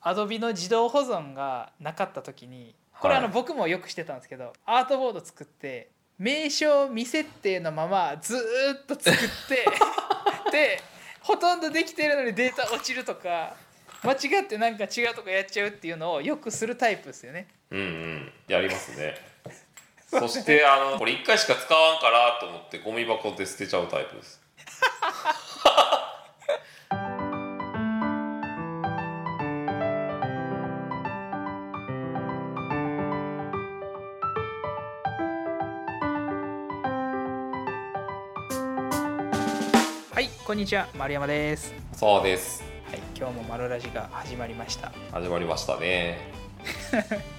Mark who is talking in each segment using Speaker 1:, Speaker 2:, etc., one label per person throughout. Speaker 1: アドビの自動保存がなかった時にこれあの
Speaker 2: はい
Speaker 1: 僕もよくしてたんですけど、アートボード作って名称未設定のままずーっと作って でほとんどできてるのにデータ落ちるとか間違ってなんか違うとかやっちゃうっていうのをよくするタイプですよね。
Speaker 2: うんうんやりますねそしてあのこれ1回しか使わんからと思ってゴミ箱で捨てちゃうタイプです
Speaker 1: はいこんにちは丸山です。
Speaker 2: そうです
Speaker 1: はい今日もマロラジが始まりました。
Speaker 2: 始まりましたね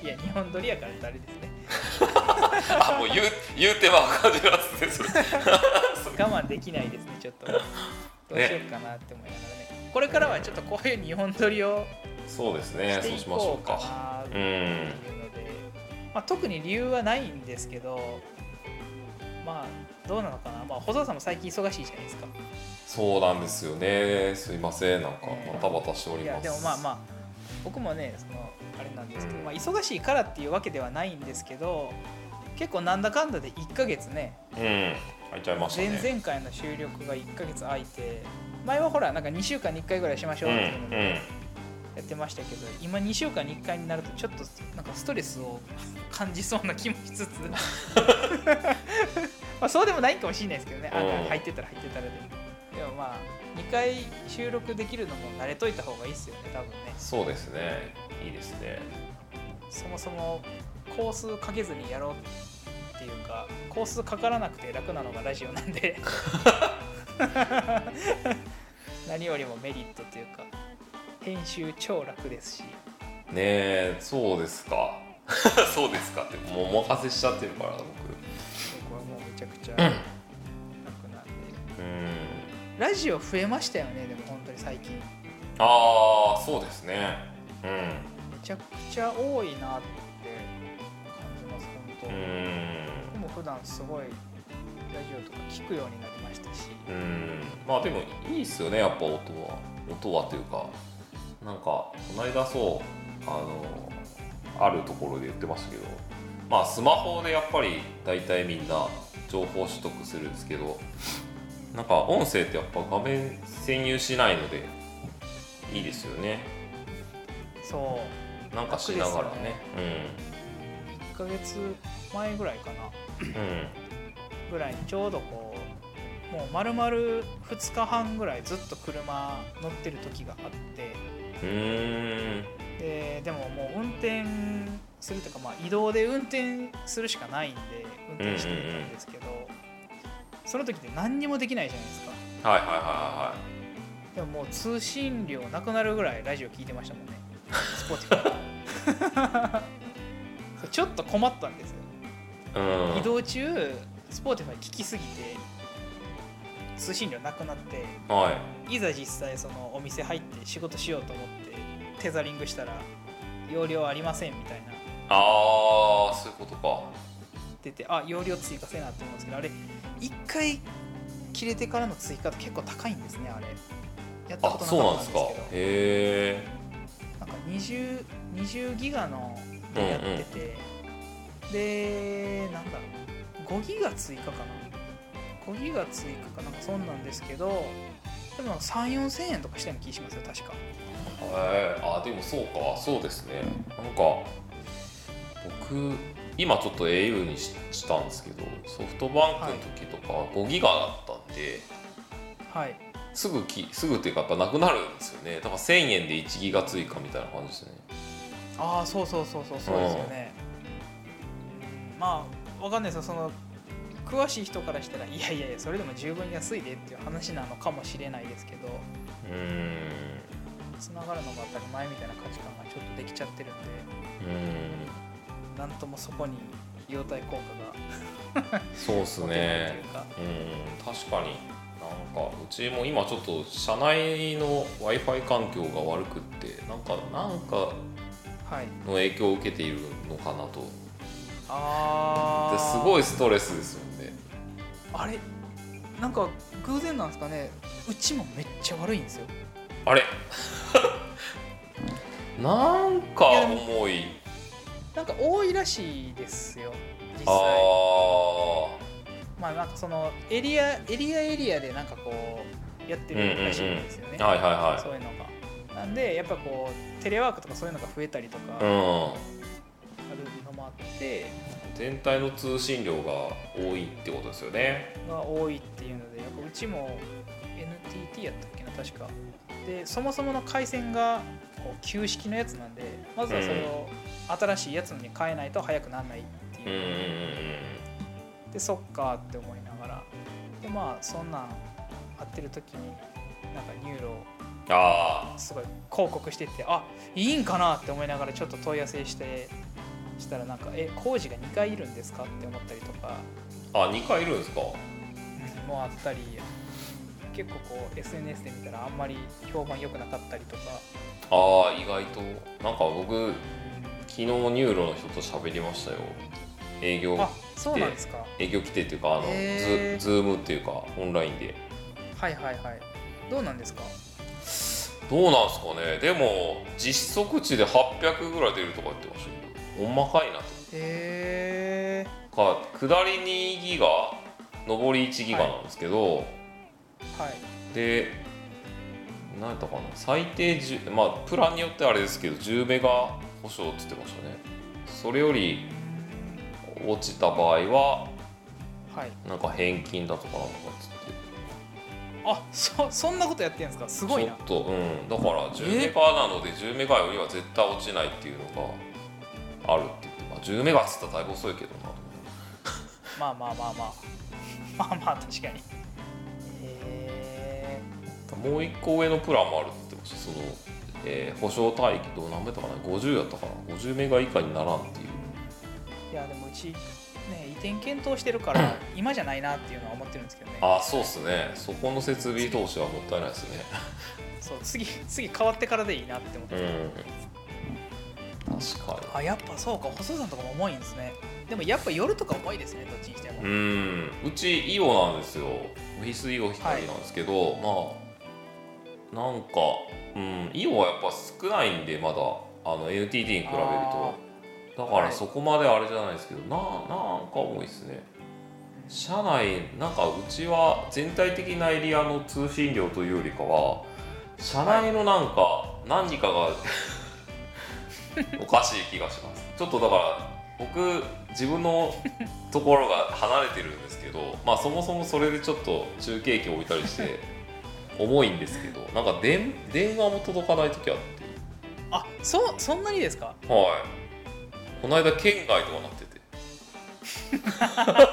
Speaker 1: いや日本撮りやから誰ですね。
Speaker 2: あもう言う言うては分かりますねそれ
Speaker 1: 我慢できないですねちょっと どうしようかなって思いながらねこれからはちょっとこういう日本撮りを
Speaker 2: そうですね
Speaker 1: し
Speaker 2: そ
Speaker 1: て
Speaker 2: う
Speaker 1: い
Speaker 2: しましょ
Speaker 1: こう
Speaker 2: う
Speaker 1: か
Speaker 2: か
Speaker 1: なって
Speaker 2: う
Speaker 1: いうんので、まあ、特に理由はないんですけどまあどうなのかな、まあ、細田さんも最近忙しいじゃないですか
Speaker 2: そうなんですよねすいませんなんか
Speaker 1: えー
Speaker 2: バタバタしており
Speaker 1: い
Speaker 2: ま
Speaker 1: や
Speaker 2: す
Speaker 1: でもまあまあ僕もねそのあれなんですけど、まあ、忙しいからっていうわけではないんですけど結構なんだかんだで1ヶ月ね
Speaker 2: うん開いちゃいましたね
Speaker 1: 前々回の収録が1ヶ月空いて前はほらなんか2週間に1回ぐらいしましょうっていうの
Speaker 2: うんうん
Speaker 1: でやってましたけど、今2週間に1回になるとちょっとなんかストレスを感じそうな気もしつつ まあそうでもないかもしれないですけどね、あ
Speaker 2: うん
Speaker 1: 入ってたら入ってたらででもまあ2回収録できるのも慣れといた方がいいですよね多分ね
Speaker 2: そうですねいいですね
Speaker 1: そもそもコースかけずにやろうっていうかコースかからなくて楽なのがラジオなん で何よりもメリットというか編集超楽ですし
Speaker 2: ねえそうですか そうですかってもうお任せしちゃってるから僕
Speaker 1: 僕はもうめちゃくちゃ楽なんで、
Speaker 2: うん
Speaker 1: ラジオ増えましたよねでも本当に最近め
Speaker 2: ああそうですねう
Speaker 1: ちゃくちゃ多いなって感じます本当、
Speaker 2: んうん
Speaker 1: 僕も普段すごいラジオとか聞くようになりましたし
Speaker 2: うんまあでもいいっすよねやっぱ音は音はというかなんかこの間そうあのあるところで言ってましたけどまあスマホでやっぱり大体みんな情報取得するんですけどなんか音声ってやっぱ画面占有しないのでいいですよね
Speaker 1: そう
Speaker 2: なんかしながらね
Speaker 1: 1ヶ月前ぐらいかなぐらいにちょうどこうもう丸々2日半ぐらいずっと車乗ってる時があっ
Speaker 2: うんうんうーん
Speaker 1: てででももう運転するというか、まあ、移動で運転するしかないんで運転してみたんですけど、その時って何にもできないじゃないですか
Speaker 2: はいはいは
Speaker 1: でももう通信料なくなるぐらいラジオ聞いてましたもんね Spotify ちょっと困ったんですよ
Speaker 2: いはいうん
Speaker 1: 移動中 Spotify 聞きすぎて通信料なくなって
Speaker 2: はい
Speaker 1: いざ実際そのお店入って仕事しようと思ってテザリングしたら容量ありませんみたいな
Speaker 2: ああそういうことか
Speaker 1: 出てあ容量追加せなって思うんですけどあれ1回切れてからの追加って結構高いんですねあれやった
Speaker 2: あ
Speaker 1: こと
Speaker 2: そう
Speaker 1: な
Speaker 2: な
Speaker 1: か
Speaker 2: ん
Speaker 1: っ
Speaker 2: で
Speaker 1: たんで
Speaker 2: す
Speaker 1: す
Speaker 2: か
Speaker 1: けど
Speaker 2: へえ
Speaker 1: なんか 20, 20ギガのでやってて、でなんだろう5ギガ追加かな5ギガ追加かなんかそんなんですけどでも34000円とかしたような気しますよ確か
Speaker 2: はいあでもそうかそうですねなんか僕今ちょっと au にししたんですけどソフトバンクの時とか5ギガだったんで、
Speaker 1: はい
Speaker 2: すぐきすぐっていうかやっぱなくなるんですよねだから1000円で1ギガ追加みたいな感じですね
Speaker 1: ああそうそうそうそうそうですよね、うん、まあわかんないですよその詳しい人からしたらいやいやいやそれでも十分安いでっていう話なのかもしれないですけど
Speaker 2: うー
Speaker 1: つながるのが当たり前みたいな価値観がちょっとできちゃってるんで
Speaker 2: んう
Speaker 1: なんともそこに容体効果が
Speaker 2: ーんそうっす
Speaker 1: 持てない
Speaker 2: ね
Speaker 1: というか
Speaker 2: うん確かになんかうちも今ちょっと社内の w i f i 環境が悪くってなんかなんか
Speaker 1: はい
Speaker 2: の影響を受けているのかなと
Speaker 1: あ
Speaker 2: で
Speaker 1: ー
Speaker 2: すごいストレスですよね
Speaker 1: あれなんか偶然なんですかねうちもめっちゃ悪いんですよ
Speaker 2: あれ なんか重い
Speaker 1: なんか多いらしいですよ実
Speaker 2: あ
Speaker 1: 際
Speaker 2: あ
Speaker 1: まあなんかそのエリアエリアエリアでなんかこうやってるらしいんですよね、
Speaker 2: ーはいはい
Speaker 1: そう
Speaker 2: はい
Speaker 1: いうのがなんでやっぱこうテレワークとかそういうのが増えたりとかある
Speaker 2: う
Speaker 1: のもあって、
Speaker 2: ん全体の通信量が多いってことですよね
Speaker 1: が多いっていうのでやっぱうちも NTT やったっけな確かでそもそもの回線がこう旧式のやつなんでまずはそれを新しいやつのに変えないと早くならないって
Speaker 2: うんうん
Speaker 1: いうう、
Speaker 2: ん
Speaker 1: でそっかって思いながらでまあそんなん会ってる時になんかニューロ
Speaker 2: うんあ
Speaker 1: すごい広告しててあいいんかなって思いながらちょっと問い合わせしてしたらなんか「え工事が2回いるんですか?」って思ったりとか
Speaker 2: ああ二回いるんですか
Speaker 1: もあったり結構こう SNS で見たらあんまり評判良くなかったりとか
Speaker 2: ああ意外となんか僕昨日ニューロの人と喋りましたよ営業
Speaker 1: あそうなんですか
Speaker 2: 営業来てっていうかあの
Speaker 1: へー
Speaker 2: ズズームっていうかオンラインで
Speaker 1: はいはいはいどうなんですか
Speaker 2: どうなんすかねでも実測値で800ぐらい出るとか言ってましたけどほんまかいなと
Speaker 1: へえ
Speaker 2: か下り2ギガ上り1ギガなんですけど、
Speaker 1: はい
Speaker 2: で何やったかな最低10まあプランによってあれですけど10メガ保証って言ってましたねそれより落ちた場合は
Speaker 1: はい
Speaker 2: なんか返金だとかなんとかっつって
Speaker 1: あそそんなことやってんですかすごいな
Speaker 2: ちょっとうんだから10
Speaker 1: え
Speaker 2: メガなので10メガよりは絶対落ちないっていうのがあるって言って、まあ、10メガっつったらだいぶ遅いけどなと思って
Speaker 1: まあまあまあまあまあまあ確かにへ
Speaker 2: もう一個上のプランもあるって言ってましたその、えー保証帯域と何メートルかな50やったかな50メガ以下にならんっていう
Speaker 1: えいやでもうちね移転検討してるから今じゃないなっていうのは思ってるんですけどね
Speaker 2: あそうっすねそこの設備投資はもったいないですね
Speaker 1: そう次次変わってからでいいなって思ってます
Speaker 2: うん確か
Speaker 1: あやっぱそうか細田さんとかも重いんですねでもやっぱ夜とか重いですねどっちにしても、
Speaker 2: にうんうちイオなんですよオフィスイオ光なんですけど、まあなんか、うん、イオはやっぱ少ないんでまだあの NTT に比べる
Speaker 1: あ
Speaker 2: とだか
Speaker 1: は
Speaker 2: ら
Speaker 1: い
Speaker 2: そこまであれじゃないですけど、ななんか多いですね社内なんかうちは全体的なエリアの通信量というよりかは社内のなんか何 かがおかしい気がしますちょっとだから僕自分のところが離れてるんですけどまあそもそもそれでちょっと中継機置いたりして重いんですけどなんか電電話も届かない時あって
Speaker 1: あそそんなにですか
Speaker 2: はいこの間県外とかなって て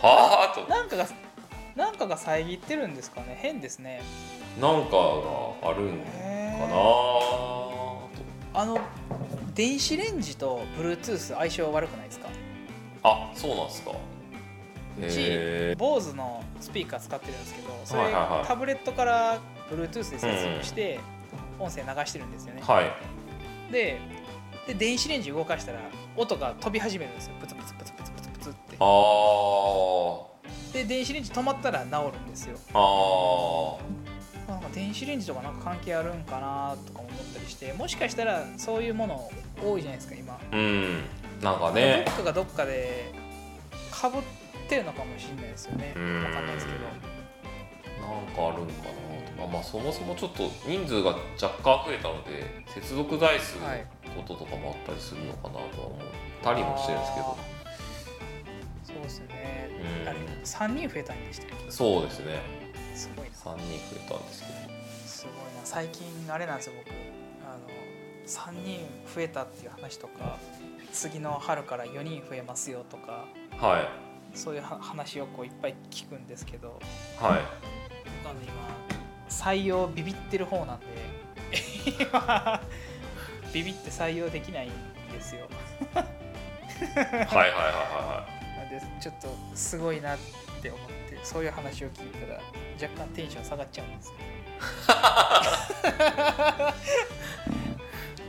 Speaker 2: はあと
Speaker 1: なんかがなんかが遮ってるんですかね変ですね
Speaker 2: なんかがあるんか
Speaker 1: へ
Speaker 2: な
Speaker 1: ー
Speaker 2: と
Speaker 1: あの電子レンジと Bluetooth 相性悪くないですか
Speaker 2: あそうなんですか
Speaker 1: う
Speaker 2: へ
Speaker 1: ち BOSE のスピーカー使ってるんですけどそれ、
Speaker 2: はいはいはい
Speaker 1: タブレットから Bluetooth で接続して音声流してるんですよね、
Speaker 2: はい
Speaker 1: でで電子レンジ動かしたら音が飛び始めるんですよプツプツプツプツプツプツって
Speaker 2: あー
Speaker 1: で電子レンジ止まったら治るんですよ
Speaker 2: あ
Speaker 1: なんか電子レンジとかなんか関係あるんかなとかも思ったりしてもしかしたらそういうもの多いじゃないですか今、
Speaker 2: ーうんなんかね
Speaker 1: どっかがどっかでかぶってるのかもしれないですよね
Speaker 2: う
Speaker 1: 分
Speaker 2: ん
Speaker 1: かんないですけど
Speaker 2: なんかあるんかなとかまあそもそもちょっと人数が若干増えたので接続台数の
Speaker 1: はい
Speaker 2: こととかもあったりするのかなとは思ったりもしてるんですけど
Speaker 1: そうですよね、
Speaker 2: うん
Speaker 1: あれ3人増えたんでしたっけ
Speaker 2: そうですね
Speaker 1: すごいな
Speaker 2: 3人増えたんですけど
Speaker 1: すごいな最近あれなんですよ僕あの3人増えたっていう話とか次の春から4人増えますよとか
Speaker 2: はい
Speaker 1: そういうは話をこういっぱい聞くんですけど
Speaker 2: はい
Speaker 1: 僕あの今採用ビビってる方なんで 今ビビって採用できないんですよ
Speaker 2: はいはいはいは
Speaker 1: なんでちょっとすごいなって思ってそういう話を聞いたら若干テンション下がっちゃうんですよ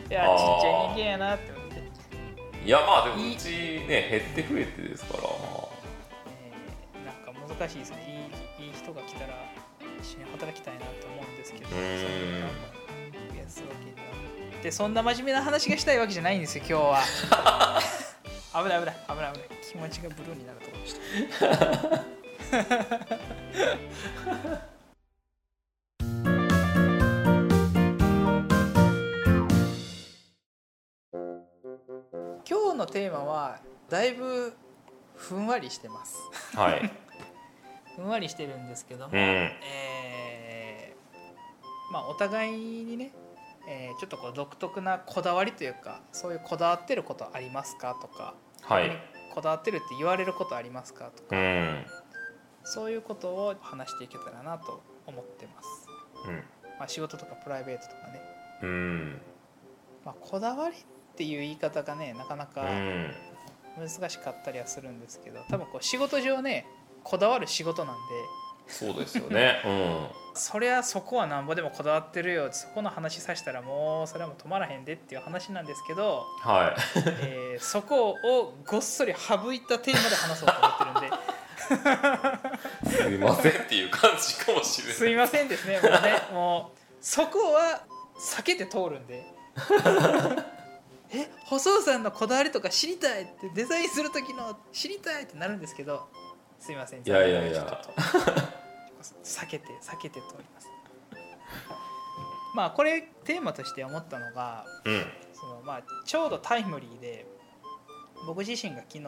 Speaker 1: いや
Speaker 2: あー
Speaker 1: ちっちゃい人間やなって思って、
Speaker 2: いはいいやまあでも
Speaker 1: いう
Speaker 2: ちね減って増えてですから
Speaker 1: えーなんか難しいですねいいいい人が来たら一緒に働きたいなと思うんですけど
Speaker 2: うーん
Speaker 1: それをなんか増やすわけにはってそんな真面目な話がしたいわけじゃないんですよ今日は危ない危ない危ない危ない気持ちがブルーになるところでした今日のテーマはだいぶふんわりしてます
Speaker 2: はい
Speaker 1: ふんわりしてるんですけども、
Speaker 2: うん
Speaker 1: えーまあお互いにね、えーちょっとこう独特なこだわりというかそういうこだわってることありますかとか、
Speaker 2: はい
Speaker 1: こだわってるって言われることありますかとか
Speaker 2: うんうん
Speaker 1: そういうことを話していけたらなと思ってます、まあ、仕事とかプライベートとかね、
Speaker 2: うん
Speaker 1: まあ、こだわりっていう言い方がねなかな
Speaker 2: う
Speaker 1: か
Speaker 2: ん
Speaker 1: 難しかったりはするんですけど多分こう仕事上ねこだわる仕事なんで
Speaker 2: そうですよねう
Speaker 1: そりゃそこはなんぼでもこだわってるよそこの話さしたらもうそれはもう止まらへんでっていう話なんですけど、
Speaker 2: んはい
Speaker 1: えーそこをごっそり省いたテーマで話そうと思ってるん
Speaker 2: すいませんっていう感じかもし
Speaker 1: で
Speaker 2: れ
Speaker 1: す
Speaker 2: ない
Speaker 1: いませんですねもうねもうそこは避けて通るんでえ細尾さんのこだわりとか知りたいってデザインする時の知りたいってなるんですけどすいません
Speaker 2: いやいやい
Speaker 1: ち
Speaker 2: や
Speaker 1: ょっと避けて避けて通りますまあこれテーマとして思ったのが
Speaker 2: うん
Speaker 1: そのまあちょうどタイムリーで僕自身が昨日、えー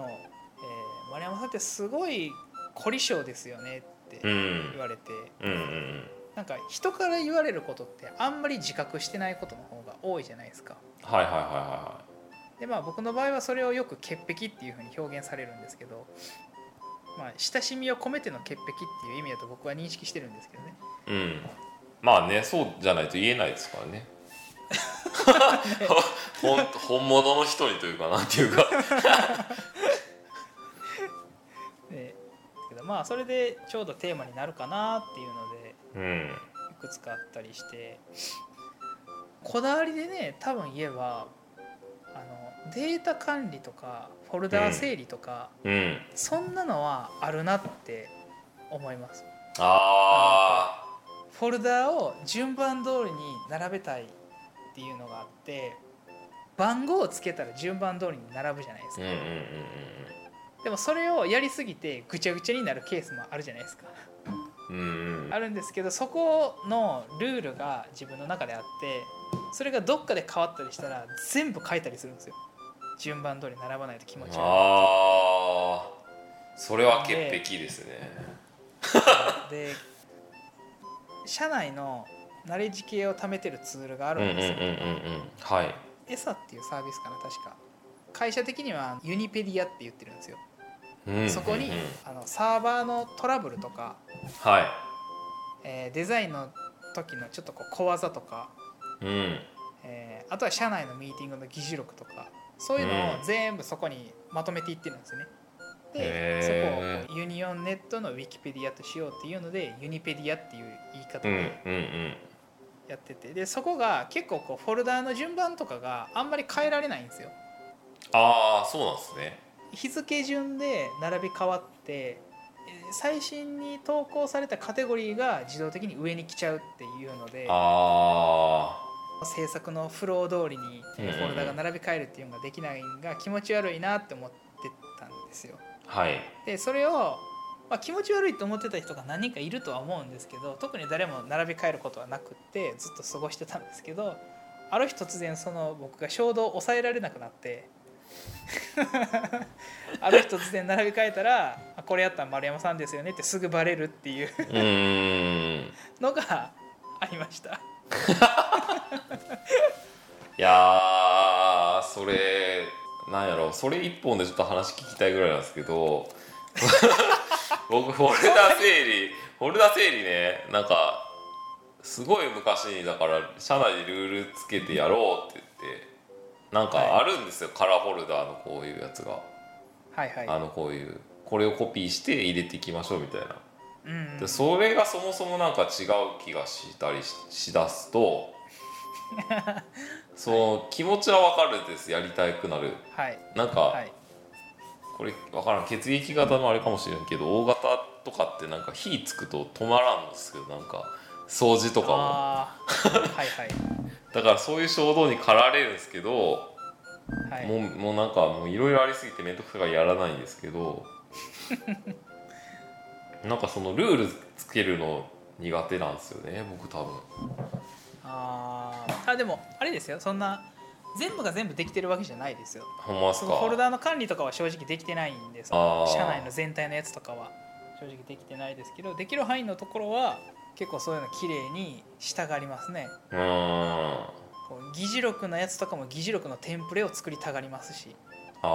Speaker 1: 「丸山さんってすごい凝り性ですよね」って
Speaker 2: うん
Speaker 1: 言われて、
Speaker 2: うんうん
Speaker 1: なんか人から言われることってあんまり自覚してないことの方が多いじゃないですか。
Speaker 2: はいはいはいは
Speaker 1: でまあ僕の場合はそれをよく潔癖っていうふうに表現されるんですけど、まあ、親しみを込めての潔癖っていう意味だと僕は認識してるんですけどね。
Speaker 2: いはいうんまあねそうじゃないと言えないですからねほん本物の人にというかなんていうか
Speaker 1: でけどまあそれでちょうどテーマになるかなっていうので
Speaker 2: うん
Speaker 1: いくつかあったりしてこだわりでね多分言えばあのデータ管理とかフォルダー整理とか、
Speaker 2: うん
Speaker 1: そんなのはあるなって思います
Speaker 2: あ
Speaker 1: フォルダーを順番通りに並べたいっていうのがあって番号をつけたら順番通りに並ぶじゃないです
Speaker 2: ーう
Speaker 1: か、
Speaker 2: んうんうんうん
Speaker 1: でもそれをやりすぎてぐちゃぐちゃになるケースもあるじゃないですか
Speaker 2: うんうん
Speaker 1: あるんですけどそこのルールが自分の中であってそれがどっかで変わったりしたら全部変えたりするんですよ順番通り並ばないと気持ち悪
Speaker 2: あーそれは潔癖ですね
Speaker 1: いで社内のナレッジ系を貯めてるツールがあ
Speaker 2: うんう
Speaker 1: る
Speaker 2: んうんん
Speaker 1: です
Speaker 2: う
Speaker 1: よ、
Speaker 2: んはい
Speaker 1: エサっていうサービスかな確か会社的にはユニペディアって言ってるんですよ、
Speaker 2: うんうんうん
Speaker 1: そこにあのサーバーのトラブルとか、
Speaker 2: は
Speaker 1: えーデザインの時のちょっとこう小技とか
Speaker 2: いうん
Speaker 1: えーあとは社内のミーティングの議事録とかそういうのを全部そこにまとめていってるんですよね。で
Speaker 2: へー
Speaker 1: そこをユニオンネットのウィキペディアとしようっていうのでユニペディアっていう言い方
Speaker 2: うん
Speaker 1: で
Speaker 2: うんうん
Speaker 1: やっててでそこが結構こうフォルダーの順番とかがあんまり変えられないんですよ。
Speaker 2: ああそうなんですね
Speaker 1: 日付順で並び替わってえー最新に投稿されたカテゴリーが自動的に上に来ちゃうっていうので
Speaker 2: あ
Speaker 1: 制作のフロー通りにフ
Speaker 2: うんうんうん
Speaker 1: ォルダが並び替えるっていうのができないんが気持ち悪いなって思ってたんですよ。
Speaker 2: あはい
Speaker 1: でそれを、まあ、気持ち悪いと思ってた人が何人かいるとは思うんですけど特に誰も並び替えることはなくってずっと過ごしてたんですけどある日突然その僕が衝動を抑えられなくなって ある日突然並び替えたらあ「これやったら丸山さんですよね」ってすぐバレるっていう
Speaker 2: うーん
Speaker 1: のがありました。
Speaker 2: いやーそれなんやろそれ一本でちょっと話聞きたいぐらいなんですけど 僕フォルダ整理フォルダ整理ねなんかすごい昔にだから社内でルールつけてやろうって言ってなんかあるんですよ、カラーフォルダーのこういうやつが、
Speaker 1: はいはい、
Speaker 2: あのこういうこれをコピーして入れていきましょうみたいな
Speaker 1: うん
Speaker 2: でそれがそもそもなんか違う気がしたりししだすと その気持ちはわかるんですやりたくなる
Speaker 1: はい
Speaker 2: なんか、
Speaker 1: はい
Speaker 2: これわからん血液型のあれかもしれんけど O 型とかってなんか火つくと止まらんんですけどなんか掃除とかも
Speaker 1: あーはいはい
Speaker 2: だからそういう衝動に駆られるんですけど、
Speaker 1: はい
Speaker 2: もうもうなんかもういろいろありすぎて面倒くさがやらないんです けどなんかそのルールつけるの苦手なんですよね僕多分
Speaker 1: あーあでもあれですよそんな全部が全部できてるわけじゃないですよ
Speaker 2: ほんまっす
Speaker 1: そ
Speaker 2: か
Speaker 1: のフォルダーの管理とかは正直できてないんです
Speaker 2: あー
Speaker 1: 社内の全体のやつとかは正直できてないですけどできる範囲のところは結構そういうの綺麗にしたがりますね
Speaker 2: うーん
Speaker 1: こう議事録のやつとかも議事録のテンプレを作りたがりますし
Speaker 2: あ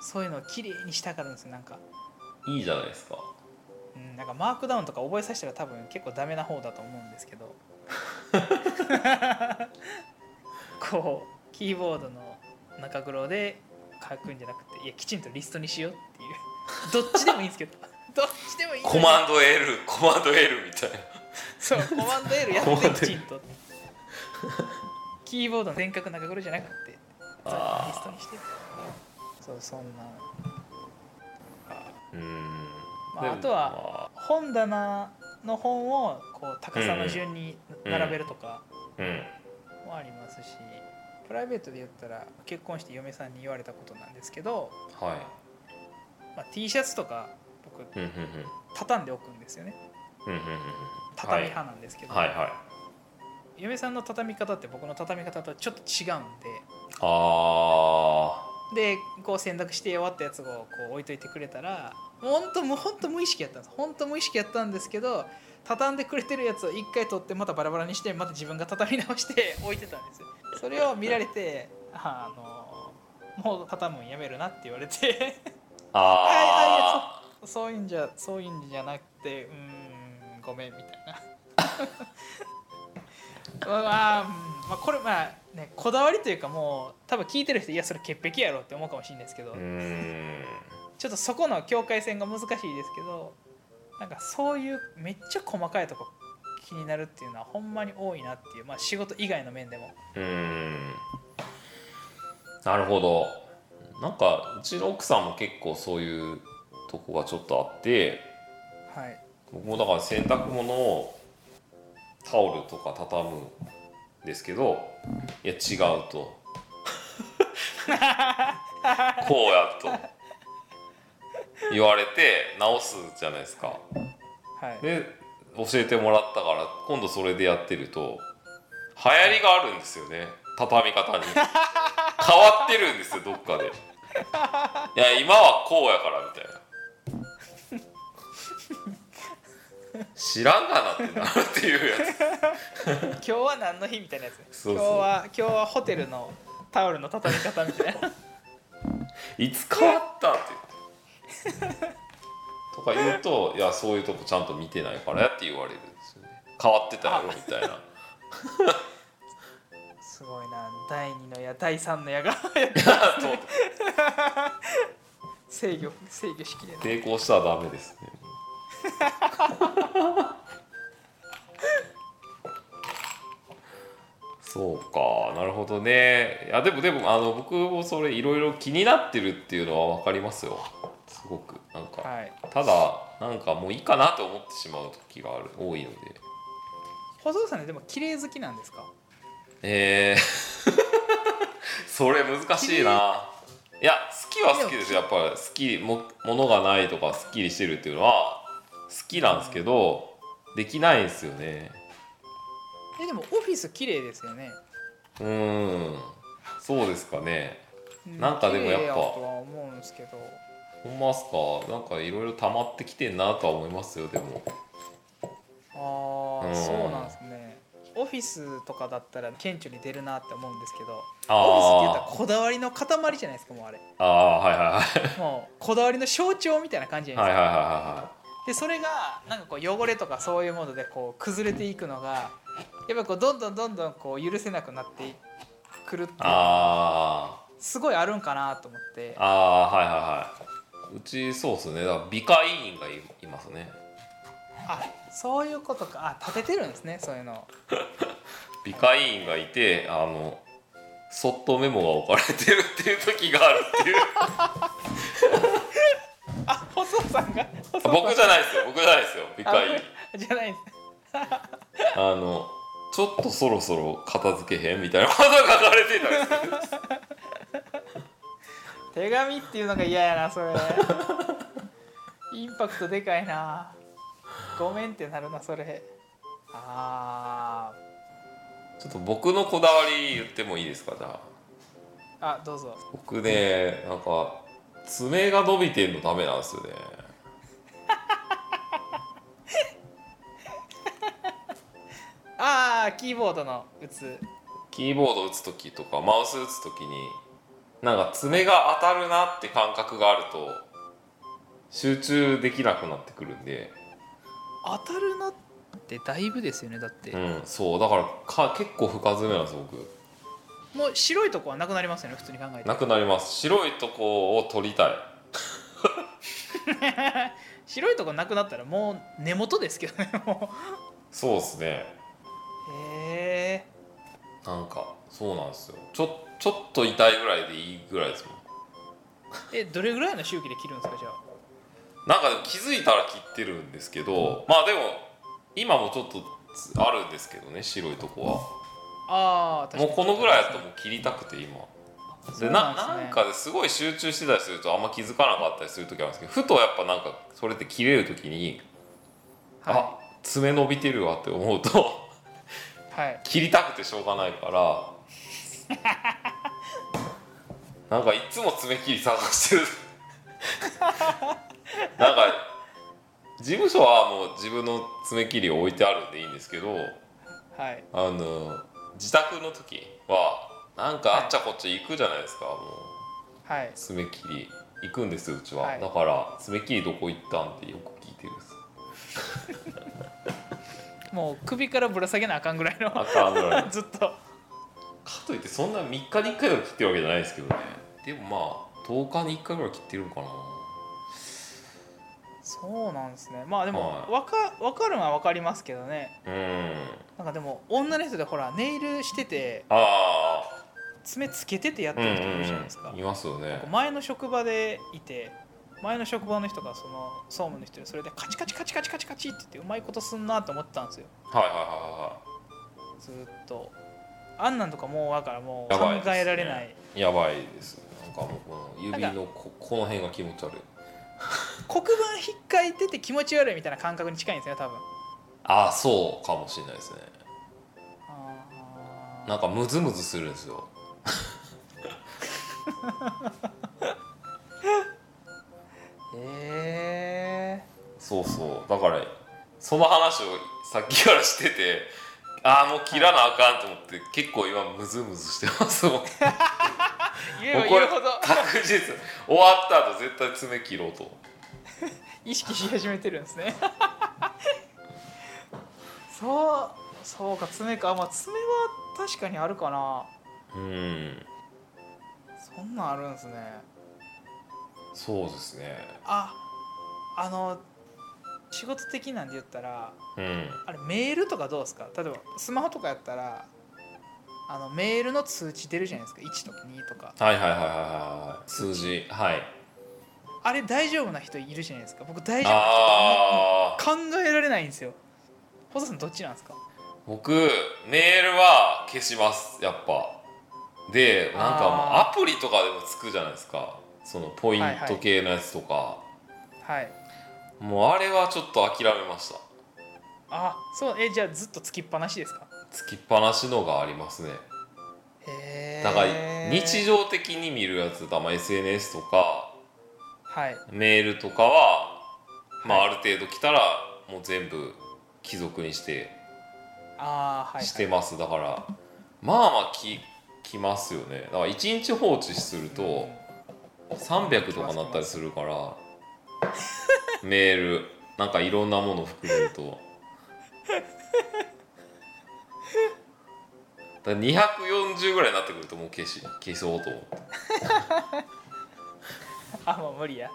Speaker 1: そういうのを綺麗にしたがるんですよなんか、
Speaker 2: ーいいじゃないですか
Speaker 1: うん、なんかマークダウンとか覚えさせたら多分結構ダメな方だと思うんですけ どこうキーボードの中黒で書くんじゃなくていやきちんとリストにしようっていうどっちでもいいんです けどどっちでもいいんです
Speaker 2: コ
Speaker 1: けど
Speaker 2: マンド L コマンド L みたいな
Speaker 1: そうコマンド L や
Speaker 2: コマ
Speaker 1: っ
Speaker 2: ンド
Speaker 1: てき
Speaker 2: L
Speaker 1: ちんとキーボードの全角中黒じゃなくて
Speaker 2: あー
Speaker 1: リストにしてそうそんな
Speaker 2: うーん
Speaker 1: まあ
Speaker 2: でも
Speaker 1: あとは本棚の本をこう高さの順に並べるとか
Speaker 2: まあうん
Speaker 1: もありますし、プライベートで言ったら結婚して嫁さんに言われたことなんですけど、
Speaker 2: は
Speaker 1: まあ、T シャツとか僕
Speaker 2: いうんうん
Speaker 1: 畳んでおくんですよね
Speaker 2: うんうんうんうん
Speaker 1: 畳派なんですけど、
Speaker 2: はいはいはい
Speaker 1: 嫁さんの畳み方って僕の畳み方とちょっと違うんで。
Speaker 2: あ
Speaker 1: でこう洗濯して終わったやつをこう置いといてくれたら本当もう本当無意識やったんです本当無意識やったんですけど畳んでくれてるやつを一回取ってまたバラバラにしてまた自分が畳み直して 置いてたんですよそれを見られてあのもう畳むんやめるなって言われて
Speaker 2: ーあ
Speaker 1: はい
Speaker 2: あ
Speaker 1: そういうんじゃそういうんじゃなくてうーんごめんみたいな まあ、まあうんまあこれまあねこだわりというかもう多分聞いてる人いやそれ潔癖やろって思うかもしれないですけど、
Speaker 2: うーん
Speaker 1: ちょっとそこの境界線が難しいですけどなんかそういうめっちゃ細かいとこ気になるっていうのはほんまに多いなっていう、まあ、仕事以外の面でも
Speaker 2: うーんなるほどなんかうちの奥さんも結構そういうとこがちょっとあって
Speaker 1: はい
Speaker 2: 僕もだから洗濯物をタオルとか畳むんですけどいや違うとこうやと言われて直すじゃないですか
Speaker 1: はい
Speaker 2: で教えてもらったから今度それでやってると流行りがあるんですよね畳み方 に変わってるんですよどっかでいや今はこうやからみたいな知らんがなってなるっていうや
Speaker 1: 今日は何の日みたいなやつね
Speaker 2: そうそう
Speaker 1: 今日は今日はホテルのタオルの畳み方みたいな
Speaker 2: ついつ変わったって言ってとか言うといやそういうとこちゃんと見てないからやって言われるんですよね変わってたやろみたいな
Speaker 1: すごいな第2の矢第3の矢が
Speaker 2: そう
Speaker 1: 制御制御しきれない
Speaker 2: 抵抗したらダメですね。そうか、なるほどね。いやでもでもあの僕もそれいろいろ気になってるっていうのはわかりますよ。すごくなんか、
Speaker 1: はい
Speaker 2: ただなんかもういいかなと思ってしまう時がある多いので。
Speaker 1: 細田さんねでも綺麗好きなんですか
Speaker 2: えー、 それ難しいな。いや好きは好きですよやっぱり好きもものがないとかすっきりしてるっていうのは好きなんですけどできないんですよね
Speaker 1: えでもオフィス綺麗ですよね
Speaker 2: うーんそうですかね
Speaker 1: う
Speaker 2: なんかでもやっぱ
Speaker 1: 綺麗とは思うんですけど
Speaker 2: ほんまっすかなんかいろいろ溜まってきてんなとは思いますよでも
Speaker 1: ああ、
Speaker 2: うん
Speaker 1: そうなんですねオフィスとかだったら顕著に出るなって思うんですけどオフィスって言った
Speaker 2: あ
Speaker 1: らこだわりの塊じゃないですかもうあれ
Speaker 2: ーあーはいはいはい
Speaker 1: もうこだわりの象徴みたいな感じじゃない
Speaker 2: はい
Speaker 1: です
Speaker 2: はい
Speaker 1: か、
Speaker 2: はいは
Speaker 1: でそれがなんかこう汚れとかそういうものでこう崩れていくのがやっぱこうどんどんどんどんこう許せなくなってくるってい
Speaker 2: いうあー
Speaker 1: すごいあるんかなと思って
Speaker 2: あーはいはいはいうちそうっすねだから美化委員がいいますね
Speaker 1: あそういうことかあ立ててるんですねそういうのを
Speaker 2: 美化委員がいてあのそっとメモが置かれてるっていう時があるっていう
Speaker 1: あ細田さんが細田さん
Speaker 2: 僕じゃないですよ僕じゃないですよ美化委員
Speaker 1: あじゃないです
Speaker 2: あのちょっとそろそろ片付けへんみたいなことが書かれてたりす る
Speaker 1: 手紙っていうのが嫌やなそれインパクトでかいなごめんってなるなそれあ
Speaker 2: ちょっと僕のこだわり言ってもいいですかじゃあ
Speaker 1: ーあどうぞ
Speaker 2: 僕ねなんか爪が伸びてんのダメなんですよね
Speaker 1: ああキーボードの打つ
Speaker 2: キーボード打つ時とかマウス打つ時になんか爪が当たるなって感覚があると集中できなくなってくるんで、
Speaker 1: 当たるなってだいぶですよねだって、
Speaker 2: うん、そうだからか結構深爪なんです僕
Speaker 1: もう白いとこはなくなりますよね普通に考えて
Speaker 2: なくなります白いとこを取りたい
Speaker 1: 白いとこなくなったらもう根元ですけど ねも
Speaker 2: そうですね
Speaker 1: うへえ
Speaker 2: なんかそうなんですよちょちょっと痛いぐらいでいいぐらいですもん
Speaker 1: えどれぐらいの周期で切るんですかじゃあ
Speaker 2: なんかでも気づいたら切ってるんですけどまあでも今もちょっとつあるんですけどね白いとこ
Speaker 1: ああ
Speaker 2: はもうこのぐらいだと
Speaker 1: う
Speaker 2: もう切りたくて今
Speaker 1: そ
Speaker 2: で
Speaker 1: うな
Speaker 2: な
Speaker 1: んですね
Speaker 2: なんかですごい集中してたりするとあんま気づかなかったりする時あるんですけどふとやっぱなんかそれって切れる時に、あ
Speaker 1: は
Speaker 2: 爪伸びてるわって思うと
Speaker 1: い、はい、
Speaker 2: 切りたくてしょうがないから なんかいつも爪切り探してる なんか事務所はもう自分の爪切りを置いてあるんでいいんですけど
Speaker 1: はい、
Speaker 2: あの自宅の時はなんかあっちゃこっちゃ行くじゃないですか、もう。
Speaker 1: はい、
Speaker 2: 爪切り行くんですようちは、
Speaker 1: はい
Speaker 2: だから爪切りどこ行ったんってよく聞いてるんです
Speaker 1: もう首からぶら下げなあかんぐらいの
Speaker 2: あかんぐらい か
Speaker 1: ずっと
Speaker 2: といってそんな3日に1回とか切ってるわけじゃないですけどねでもまあ10日に1回ぐらい切ってるんかな
Speaker 1: そうなんですねまあでも
Speaker 2: はい
Speaker 1: わか分かるのは分かりますけどね
Speaker 2: うん
Speaker 1: なんかでも女の人でほらネイルしてて
Speaker 2: あ
Speaker 1: 爪つけててやっ
Speaker 2: あう
Speaker 1: て
Speaker 2: んう
Speaker 1: る人い
Speaker 2: ん
Speaker 1: るじゃないですか、
Speaker 2: うんいますよね
Speaker 1: 前の職場でいて前の職場の人がその総務の人でそれでカチカチカチカチカチカチって言ってうまいことすんなと思ってたんですよ
Speaker 2: はいはいは
Speaker 1: ずーっとあんなんとかもうだからもう
Speaker 2: や
Speaker 1: 考
Speaker 2: ばいですね
Speaker 1: えられない
Speaker 2: いはいやばいですなんかもうこの指
Speaker 1: なん
Speaker 2: のここの辺が気持ち悪い
Speaker 1: 黒板引っかいてて気持ち悪いみたいな感覚に近いんですよね多分
Speaker 2: ああそうかもしれないですね
Speaker 1: あー
Speaker 2: なんかムズムズするんですよ
Speaker 1: へえ
Speaker 2: そうそうだからその話をさっきからしててああもう切らなあかんと思って、結構今ムズムズしてますもんもう
Speaker 1: 言えば
Speaker 2: こ
Speaker 1: 言う
Speaker 2: れ
Speaker 1: ほど
Speaker 2: 確実終わった後絶対爪切ろうと
Speaker 1: 意識し始めてるんですね そうそうか爪かまあ爪は確かにあるかな
Speaker 2: うん
Speaker 1: そんなんあるんですね
Speaker 2: そうですね
Speaker 1: ああの仕事的なんで言ったら
Speaker 2: うん
Speaker 1: あれメールとかどうですか例えばスマホとかやったらあのメールの通知出るじゃないですか1とか2とか
Speaker 2: はいはいはいはいはい数字はい
Speaker 1: あれ大丈夫な人いるじゃないですか僕大丈夫な
Speaker 2: ああ
Speaker 1: 人考えられないんですよ細田さんどっちなんですか
Speaker 2: 僕メールは消しますやっぱでなんかもう
Speaker 1: あ
Speaker 2: アプリとかでもつくじゃないですかそのポイント系のやつとか、
Speaker 1: はい
Speaker 2: もうあれはちょっと諦めました
Speaker 1: あそうえじゃあずっとつきっぱなしですか
Speaker 2: つきっぱなしのがありますね
Speaker 1: へえ
Speaker 2: だから日常的に見るやつだまあ SNS とか
Speaker 1: はい
Speaker 2: メールとかは、まあ、
Speaker 1: は
Speaker 2: ある程度来たらもう全部貴族にして
Speaker 1: あーはい、はい、
Speaker 2: してます、だからまあまあき来ますよねだから1日放置すると300とかなったりするからメールなんかいろんなもの含めると。だから240ぐらいになってくるともう消し消そうと思って
Speaker 1: あもう無理や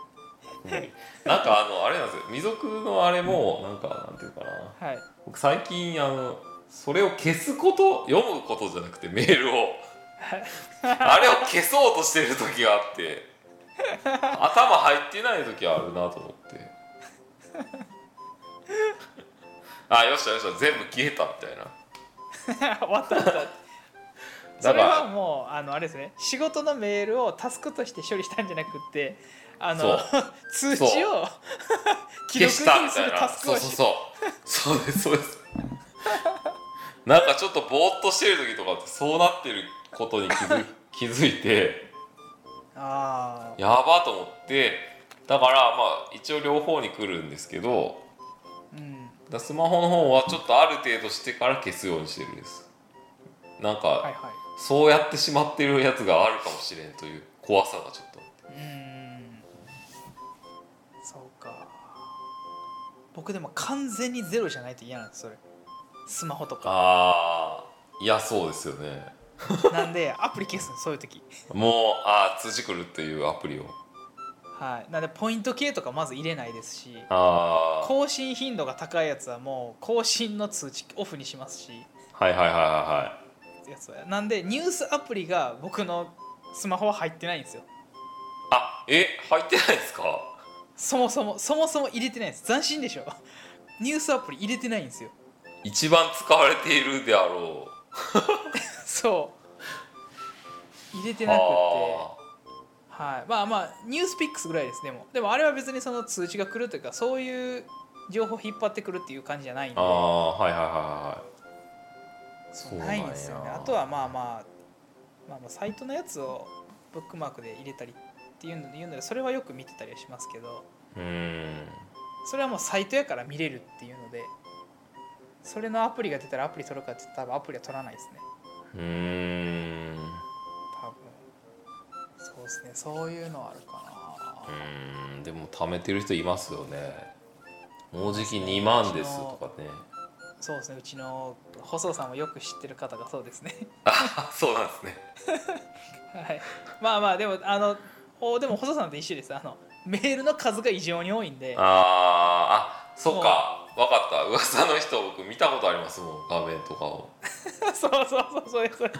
Speaker 2: なんかあのあれなんですよ未読のあれもなんかなんていうかな
Speaker 1: はい
Speaker 2: 僕最近あのそれを消すこと読むことじゃなくてメールを あれを消そうとしてる時があって頭入ってない時あるなと思ってあよっしゃよっしゃ全部消えたみたい な
Speaker 1: 終わった終わったそれはもうあのあれですね仕事のメールをタスクとして処理したんじゃなくってあ
Speaker 2: そ
Speaker 1: の
Speaker 2: う
Speaker 1: 通知を既
Speaker 2: 消
Speaker 1: 読
Speaker 2: した
Speaker 1: に
Speaker 2: み
Speaker 1: す
Speaker 2: たい
Speaker 1: る
Speaker 2: な
Speaker 1: タスク
Speaker 2: そ
Speaker 1: を
Speaker 2: う
Speaker 1: し
Speaker 2: そうそうそうですそうですなんかちょっとぼーっとしてる時とかってそうなってることに気づ気づいて
Speaker 1: あ
Speaker 2: やばと思ってだからまあ一応両方に来るんですけど
Speaker 1: あうん
Speaker 2: だからスマホの方はちょっとある程度してから消すようにしてるんですなんか、
Speaker 1: はいは
Speaker 2: そうやってしまってるやつがあるかもしれんという怖さがちょっと
Speaker 1: いうーんそうか僕でも完全にゼロじゃないと嫌なんですそれスマホとか
Speaker 2: ああいやそうですよね
Speaker 1: なんでアプリ消すのそういう時
Speaker 2: もうああ辻来るっていうアプリを
Speaker 1: はいなんでポイント系とかまず入れないですし
Speaker 2: ああ
Speaker 1: 更新頻度が高いやつはもう更新の通知オフにしますし
Speaker 2: はいはいはいはいは
Speaker 1: やつはなんでニュースアプリが僕のスマホは入ってないんですよ
Speaker 2: いあえ入ってないですか
Speaker 1: そもそもそもそも入れてないです斬新でしょ ニュースアプリ入れてないんですよ
Speaker 2: 一番使われているであろう
Speaker 1: そう入れてなくて
Speaker 2: あ
Speaker 1: はいまあまあニュースピックスぐらいですでもでもあれは別にその通知が来るというかそういう情報を引っ張ってくるっていう感じじゃないん
Speaker 2: ー
Speaker 1: で
Speaker 2: あーはいはいはいはい
Speaker 1: そ
Speaker 2: そう
Speaker 1: う
Speaker 2: なんや
Speaker 1: ないんですよねあとはまあまあまあまあサイトのやつをブックマークで入れたりっていうので言うのでそれはよく見てたりはしますけど
Speaker 2: うーん
Speaker 1: それはもうサイトやから見れるっていうのでそれのアプリが出たらアプリ取るかって言ったら多分アプリは取らないですね
Speaker 2: うーん
Speaker 1: 多分そうですねそういうのはあるか
Speaker 2: う
Speaker 1: な
Speaker 2: ーんでも貯めてる人いますよねもうじき2万ですとかね
Speaker 1: そうですねうちの細尾さんもよく知ってる方がそうですね
Speaker 2: あそうなんですね
Speaker 1: はいまあまあでもあのおでも細尾さんと一緒ですあのメールの数が異常に多いんで
Speaker 2: あーあそっか分かった噂の人僕見たことありますもん画面とかを
Speaker 1: そうそうそうそうですそうです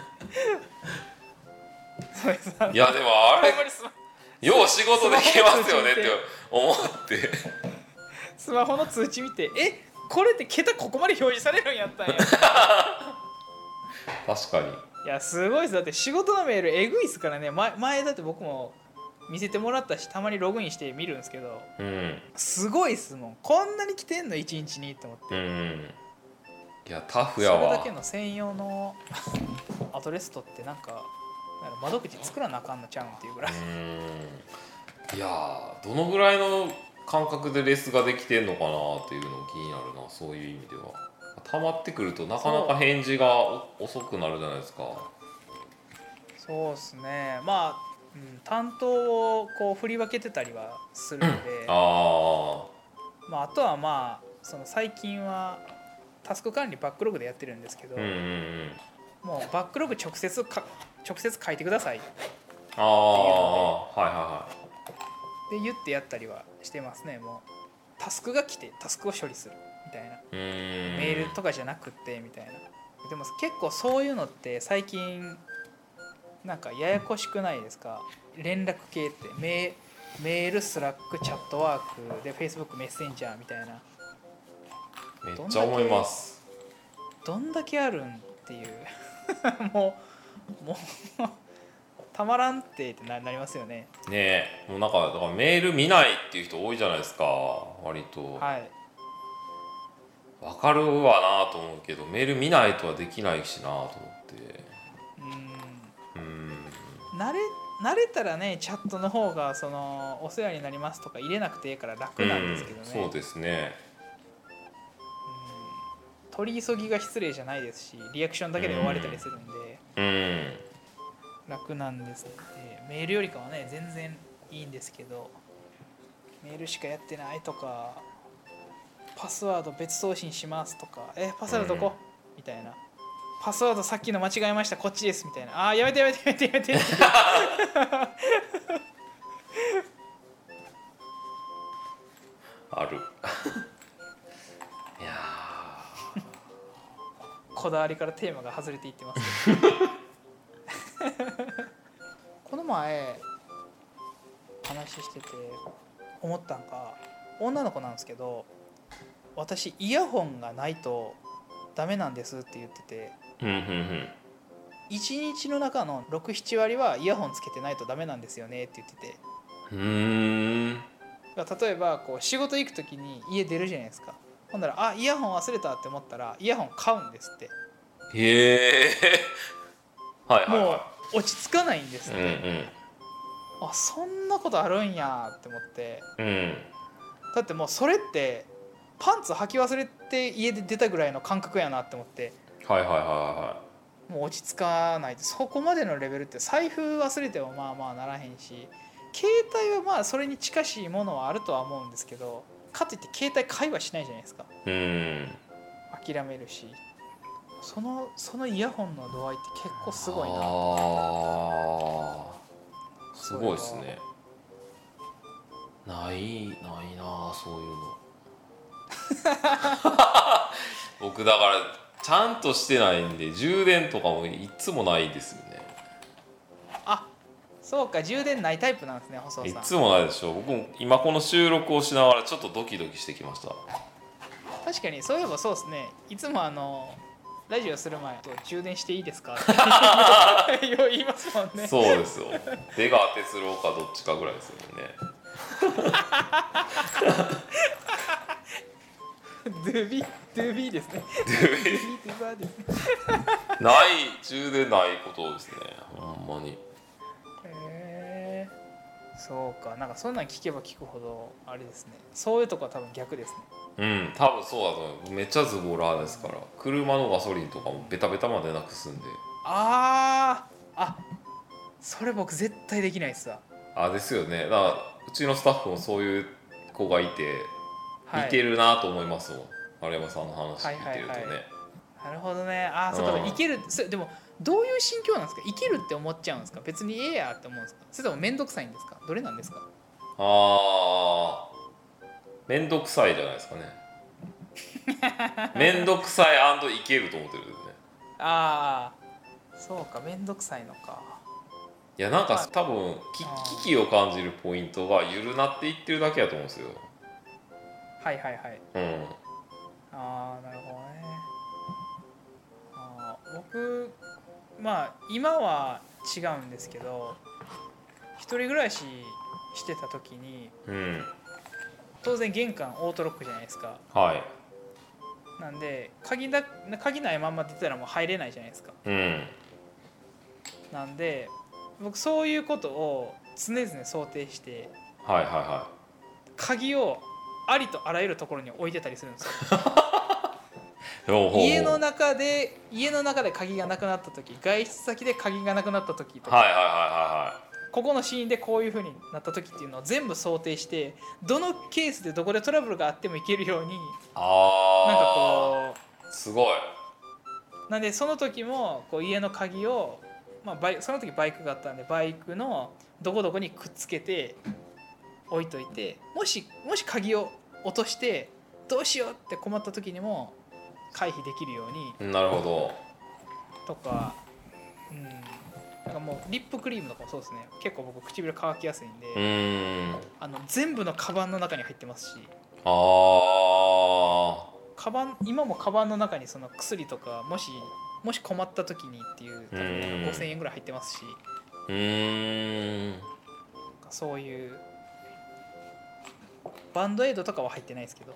Speaker 1: そうですあの
Speaker 2: いやでもあ
Speaker 1: ほんま
Speaker 2: れ
Speaker 1: にスマ
Speaker 2: よう仕事できますよねって思って
Speaker 1: スマホの通知見てえこれって桁ここまで表示されるんや ったんや
Speaker 2: 確かに
Speaker 1: いやすごいですだって仕事のメールえぐいっすからね前前だって僕も見せてもらったしたまにログインして見るんですけど
Speaker 2: うん
Speaker 1: すごいっすもんこんなに来てんの1日にと思って
Speaker 2: うんいやタ
Speaker 1: そ
Speaker 2: フ
Speaker 1: れ
Speaker 2: やわ
Speaker 1: だけの専用のアドレス取ってなんかなんか窓口作らなあかんのちゃうんっていうぐらい
Speaker 2: うんいやーどのぐらいの感覚でレースができてんのかなっていうの気になるなそういう意味では溜まってくるとなかなか返事がお遅くなるじゃないですか
Speaker 1: そうですねまあ、うん、担当をこう振り分けてたりはするのであ,、
Speaker 2: あ
Speaker 1: まあ、あとはまあその最近はタスク管理バックログでやってるんですけど、
Speaker 2: あうんうんうん
Speaker 1: もうバックログ直接か直接書いてくださいって
Speaker 2: ああはいはいはい
Speaker 1: 言ってやったりはしてますねもうタスクが来てタスクを処理するみたいなメ
Speaker 2: メ
Speaker 1: ールとかじゃなくってみたいなでも結構そういうのって最近なんかややこしくないですか連絡系ってメーメールスラックチャットワークで Facebook メッセンジャーみたいな
Speaker 2: めっちゃ思います
Speaker 1: どんだけあるんっていう もうもうたまらんってってななりますよね
Speaker 2: ねえもうなんかだからメール見ないっていう人多いじゃないですか割とわ、
Speaker 1: はい
Speaker 2: かるわなと思うけどメール見ないとはできないしなと思って
Speaker 1: うん
Speaker 2: うん
Speaker 1: 慣れ慣れたらねチャットの方がそのお世話になりますとか入れなくていいから楽なんですけどね、
Speaker 2: うんそうですね
Speaker 1: うん取り急ぎが失礼じゃないですしリアクションだけで終われたりするんで、
Speaker 2: うん
Speaker 1: 楽なんですのでメールよりかはね全然いいんですけどメールしかやってないとかパスワード別送信しますとかえパスワードどこ、みたいなパスワードさっきの間違えましたこっちですみたいなあーやめてやめてやめてやめて
Speaker 2: あるいや
Speaker 1: こだわりからテーマが外れていってますけど この前話してて思ったんか女の子なんですけど私イヤホンがないとダメなんですって言ってて
Speaker 2: うんうんうん
Speaker 1: 1日の中の67割はイヤホンつけてないとダメなんですよねって言ってて
Speaker 2: うーん
Speaker 1: だから例えばこう仕事行く時に家出るじゃないですかほんならあイヤホン忘れたって思ったらイヤホン買うんですって
Speaker 2: へえはいはい
Speaker 1: も
Speaker 2: は
Speaker 1: う落ち着かないんです
Speaker 2: い
Speaker 1: っ
Speaker 2: う
Speaker 1: て、
Speaker 2: ん
Speaker 1: あそんなことあるんやって思って
Speaker 2: うんうん
Speaker 1: だってもうそれってパンツ履き忘れて家で出たぐらいの感覚やなって思って
Speaker 2: はいはいはいは
Speaker 1: もう落ち着かないそこまでのレベルって財布忘れてもまあまあならへんし携帯はまあそれに近しいものはあるとは思うんですけどかといって携帯会話しないじゃないですか
Speaker 2: いうん
Speaker 1: 諦めるしそのそのイヤホンの度合いって結構すごいな
Speaker 2: あーすごいですねないないなあそういうの 僕だからちゃんとしてないんで充電とかもいつもないですよね
Speaker 1: あそうか充電ないタイプなんですね細
Speaker 2: い
Speaker 1: 田さ
Speaker 2: つ
Speaker 1: ん
Speaker 2: もないでしょ僕も今この収録をしながらちょっとドキドキしてきました
Speaker 1: 確かにそういえばそうですねいつもあのラジオする前充電していいです か?」ってよう言いますもんね
Speaker 2: そうですよ。出川哲郎かどっちかぐらいですよね。
Speaker 1: ドゥビドゥビーですねドゥビドゥバーですね
Speaker 2: ない充電ないことですね。ほんまに。
Speaker 1: へえそうかなんかそんなん聞けば聞くほどあれですねそういうとこは多分逆ですね
Speaker 2: うん、多分そうだと思う。めっちゃズボラですから。車のガソリンとかもベタベタまでなくすんで。
Speaker 1: あーあそれ僕絶対できないっすわ
Speaker 2: あ、ですよね。だからうちのスタッフもそういう子がいて、
Speaker 1: はい
Speaker 2: い、けるなと思いますもん。丸山さんの話聞いてるとね。
Speaker 1: はいはいはなるほどねあーそう
Speaker 2: う
Speaker 1: か
Speaker 2: ん
Speaker 1: いけるそれでもどういう心境なんですかいけるって思っちゃうんですか別にええやって思うんですかそれとも面倒くさいんですかどれなんですか
Speaker 2: ああ、めんどくさいじゃないですかね。めんどくさいいけると思ってるんですね。
Speaker 1: ああそうか面倒くさいのか
Speaker 2: いやなん
Speaker 1: は
Speaker 2: か
Speaker 1: い
Speaker 2: 多分き
Speaker 1: あー
Speaker 2: 危機を感じるポイントがゆるなっていってるだけだと思うんですよ。
Speaker 1: はいはいはい
Speaker 2: うん。
Speaker 1: ああなるほどねあー僕まあ今は違うんですけど一人暮らししてた時に
Speaker 2: うん。
Speaker 1: 当然玄関オートロックじゃないですか
Speaker 2: はい。
Speaker 1: なんで鍵だ鍵ないまんま出たらもう入れないじゃないですか
Speaker 2: うん。
Speaker 1: なんで僕そういうことを常々想定して
Speaker 2: はいはいは
Speaker 1: 鍵をありとあらゆるところに置いてたりするんですよ
Speaker 2: い。ほうほうほう
Speaker 1: 家の中で家の中で鍵がなくなった時外出先で鍵がなくなった時とか、
Speaker 2: はいはいは
Speaker 1: ここのシーンでこういう風になった時っていうのを全部想定してどのケースでどこでトラブルがあってもいけるように
Speaker 2: いはいはい。ああ。
Speaker 1: なんかこ
Speaker 2: すごい。
Speaker 1: うなんでその時もこう家の鍵を、まあ、バイその時バイクがあったんでバイクのどこどこにくっつけて置いといてもしもし鍵を落としてどうしようって困った時にも回避できるように
Speaker 2: なるほ
Speaker 1: とか、うん、なんかもうリップクリームとかもそうですね結構僕唇乾きやすいんで、
Speaker 2: ど。うーん。
Speaker 1: あの全部のカバンの中に入ってますし
Speaker 2: ああ。
Speaker 1: カバン今もカバンの中にその薬とかもしもし困った時にっていう多分
Speaker 2: うん
Speaker 1: 5000円ぐらい入ってますし
Speaker 2: うーん。
Speaker 1: なんかそういうバンドエイドとかは入ってないですけど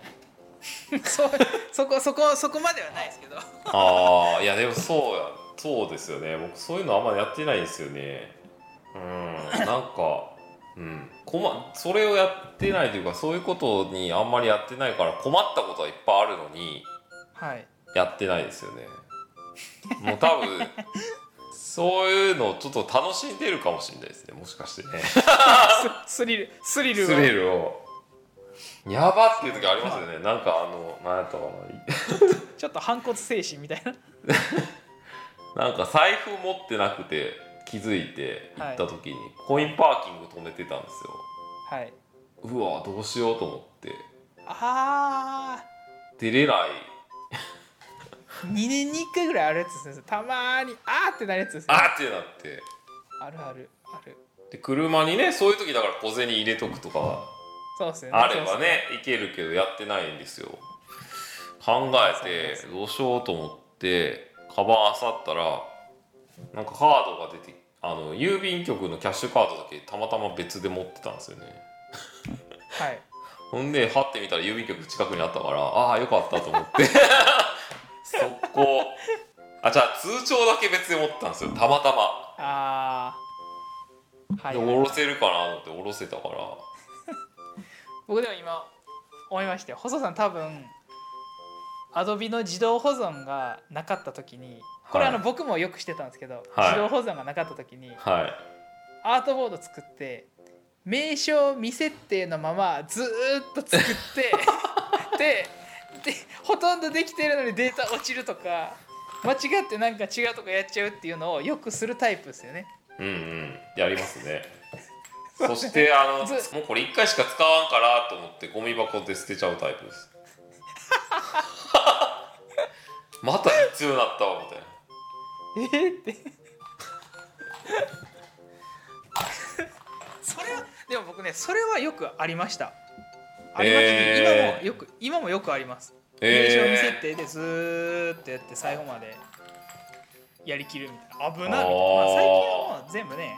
Speaker 1: そうそこそこそこまではないですけど
Speaker 2: ああ。いやでもそうや。そうですよね。僕そういうのあんまやってないんですよね。うん。なんか。うん、こまそれをやってないというかそういうことにあんまりやってないから困ったことはいっぱいあるのに
Speaker 1: はい
Speaker 2: やってないですよねもう多分そういうのをちょっと楽しんでるかもしれないですねもしかしてね
Speaker 1: ススリルスリ
Speaker 2: ス
Speaker 1: ルを
Speaker 2: リルをやばっていう時ありますよねなんかあの何やったか
Speaker 1: ちょっと反骨精神みたいな
Speaker 2: ななんか財布持ってなくて気づいて行った時にコインパーキング止めてたんですよ
Speaker 1: はいう
Speaker 2: わどうしようと思って
Speaker 1: ああ
Speaker 2: 出れない
Speaker 1: 2年に1回ぐらいあるやつですねたまーにあーってなるやつですね
Speaker 2: あーってなって
Speaker 1: あるあるある
Speaker 2: で車にねそういう時だから小銭入れとくとか
Speaker 1: そうですよね
Speaker 2: あれば
Speaker 1: そうっす
Speaker 2: ねいけるけどやってないんですよ考えてどうしようと思ってカバン漁ったらなんかカードが出てあの郵便局のキャッシュカードだけたまたま別で持ってたんですよね
Speaker 1: はい
Speaker 2: ほんで張ってみたら郵便局近くにあったからああよかったと思って そこあじゃあ通帳だけ別で持ってたんですよたまたま。
Speaker 1: ああはい
Speaker 2: で下ろせるかなと思って下ろせたから
Speaker 1: 僕でも今思いましたよ細さん多分アドビの自動保存がなかった時にこれあ
Speaker 2: はい
Speaker 1: の僕もよくしてたんですけど、
Speaker 2: はい
Speaker 1: 自動保存がなかった時に
Speaker 2: はい
Speaker 1: アートボード作って名称未設定のままずーっと作 ってででほとんどできてるのにデータ落ちるとか間違ってなんか違うとかやっちゃうっていうのをよくするタイプですよね。
Speaker 2: うんうんやりますねそしてあの
Speaker 1: ず
Speaker 2: もうこれ1回しか使わんからと思ってゴミ箱で捨てちゃうタイプですまた必要になったわみたいな
Speaker 1: えーって それはでも僕ねそれはよくありましたありましたし、
Speaker 2: え
Speaker 1: 今
Speaker 2: ー
Speaker 1: もよく今もよくあります名称未設
Speaker 2: え
Speaker 1: 定でずーっとやって最後までやりきるみたいな危なみたいな、まあ、最近
Speaker 2: あー
Speaker 1: はもう全部ね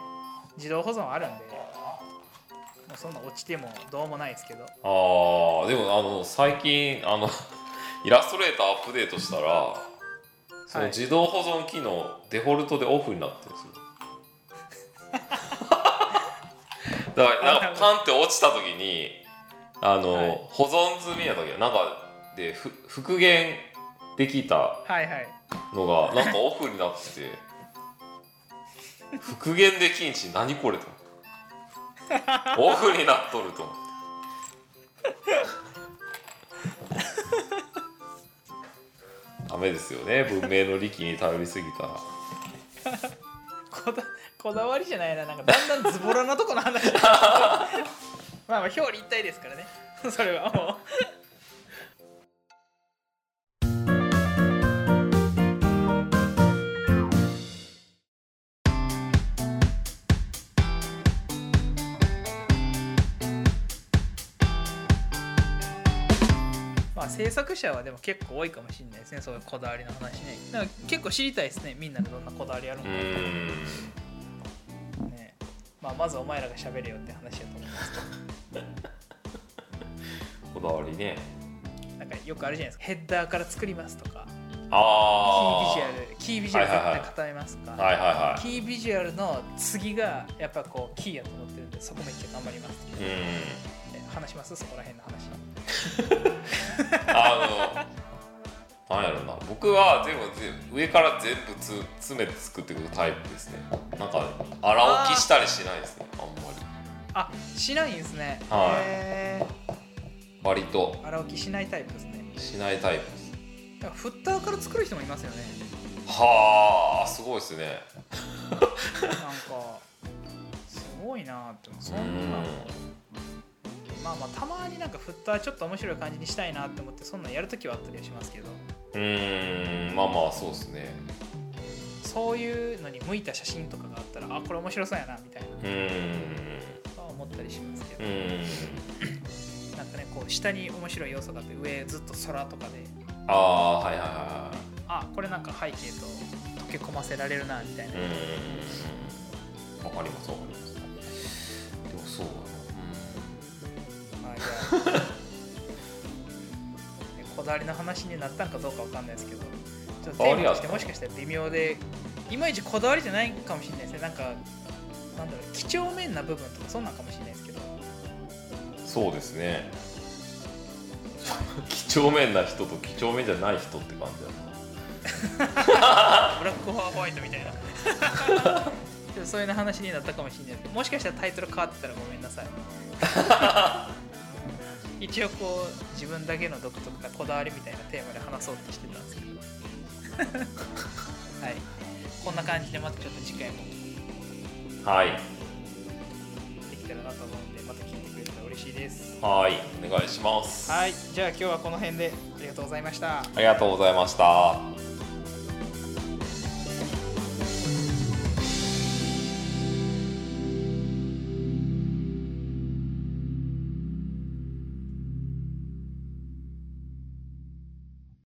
Speaker 1: 自動保存あるんでもうそんな落ちてもどうもないですけど
Speaker 2: ー、あーでもあの最近あの イラストレーターアップデートしたらそ
Speaker 1: はい
Speaker 2: の自動保存機能デフォルトでオフになって るんですよだからなんかパンって落ちた時にあの、
Speaker 1: はい
Speaker 2: 保存済みやったけどなんかでふ復元できた
Speaker 1: はいはい
Speaker 2: のがなんかオフになってて復元できんし何これとオフになっとると思ってダメですよね文明の利器に頼りすぎたら
Speaker 1: こだこだわりじゃないななんかだんだんズボラなとこの話になってきたまあまあ表裏一体ですからね それはもうまあ制作者はでも結構多いかもしれないですねそういうこだわりの話ねなんか結構知りたいですねみんながどんなこだわりあるの
Speaker 2: う
Speaker 1: か
Speaker 2: ーん
Speaker 1: ねまあ、まずお前らが喋れよって話だと思います
Speaker 2: こだわりね
Speaker 1: なんかよくあるじゃないですかヘッダーから作りますとかキービ
Speaker 2: あ
Speaker 1: ジ
Speaker 2: あ
Speaker 1: ュアルキービジュアル絶
Speaker 2: はいは
Speaker 1: 対
Speaker 2: いはい
Speaker 1: 固めますとか、
Speaker 2: はいは
Speaker 1: キービジュアルの次がやっぱこうキーやと思ってるんでそこめっちゃ頑張ります
Speaker 2: いはいうん
Speaker 1: え話しますそこら辺の話
Speaker 2: あの、なんやろな、僕は全部全部上から全部つ詰めて作っていくタイプですね。なんか荒置きしたりしないですね、あんまり。
Speaker 1: あしないんですね
Speaker 2: はい
Speaker 1: へ
Speaker 2: 割と
Speaker 1: ー荒置きしないタイプですね
Speaker 2: しないタイプです。
Speaker 1: だからフッターから作る人もいますよね
Speaker 2: はあ、すごいですね。
Speaker 1: なんかすごいなって思うそんなまあまあたまになんかフッターちょっと面白い感じにしたいなって思ってそんなんやるときはあったりはしますけど
Speaker 2: うーん、まあまあそうですね。
Speaker 1: そういうのに向いた写真とかがあったらあこれ面白そうやなみたいな
Speaker 2: うーん、
Speaker 1: とは思ったりしますけ
Speaker 2: う
Speaker 1: ど、
Speaker 2: ーん、
Speaker 1: なんかねこう下に面白い要素があって上ずっと空とかで
Speaker 2: ああー、はいはいは
Speaker 1: あこれなんか背景と溶け込ませられるなみたいない
Speaker 2: はい。うーん、わかりますわかります。でもそうだな。
Speaker 1: まあじゃあねこだわりの話になったんかどうかわかんないですけどちょっとテーマとしてもしかしたら微妙でいまいちこだわりじゃないかもしれないですねなんかなんだろう几帳面な部分とかそんなんかもしれないですけど
Speaker 2: うん、そうですね。 几帳面な人と几帳面じゃない人って感じだな
Speaker 1: ブラックホワホワイトみたいなちょっとそういう話になったかもしれないですけどもしかしたらタイトル変わってたらごめんなさ い一応こう自分だけの独特なこだわりみたいなテーマで話そうとしてたんですけど はいこんな感じでまたちょっと次回も
Speaker 2: はい
Speaker 1: できたらなと思うんでまた聞いてくれたら嬉しいです
Speaker 2: はいお願いします
Speaker 1: はいじゃあ今日はこの辺でありがとうございました
Speaker 2: ありがとうございました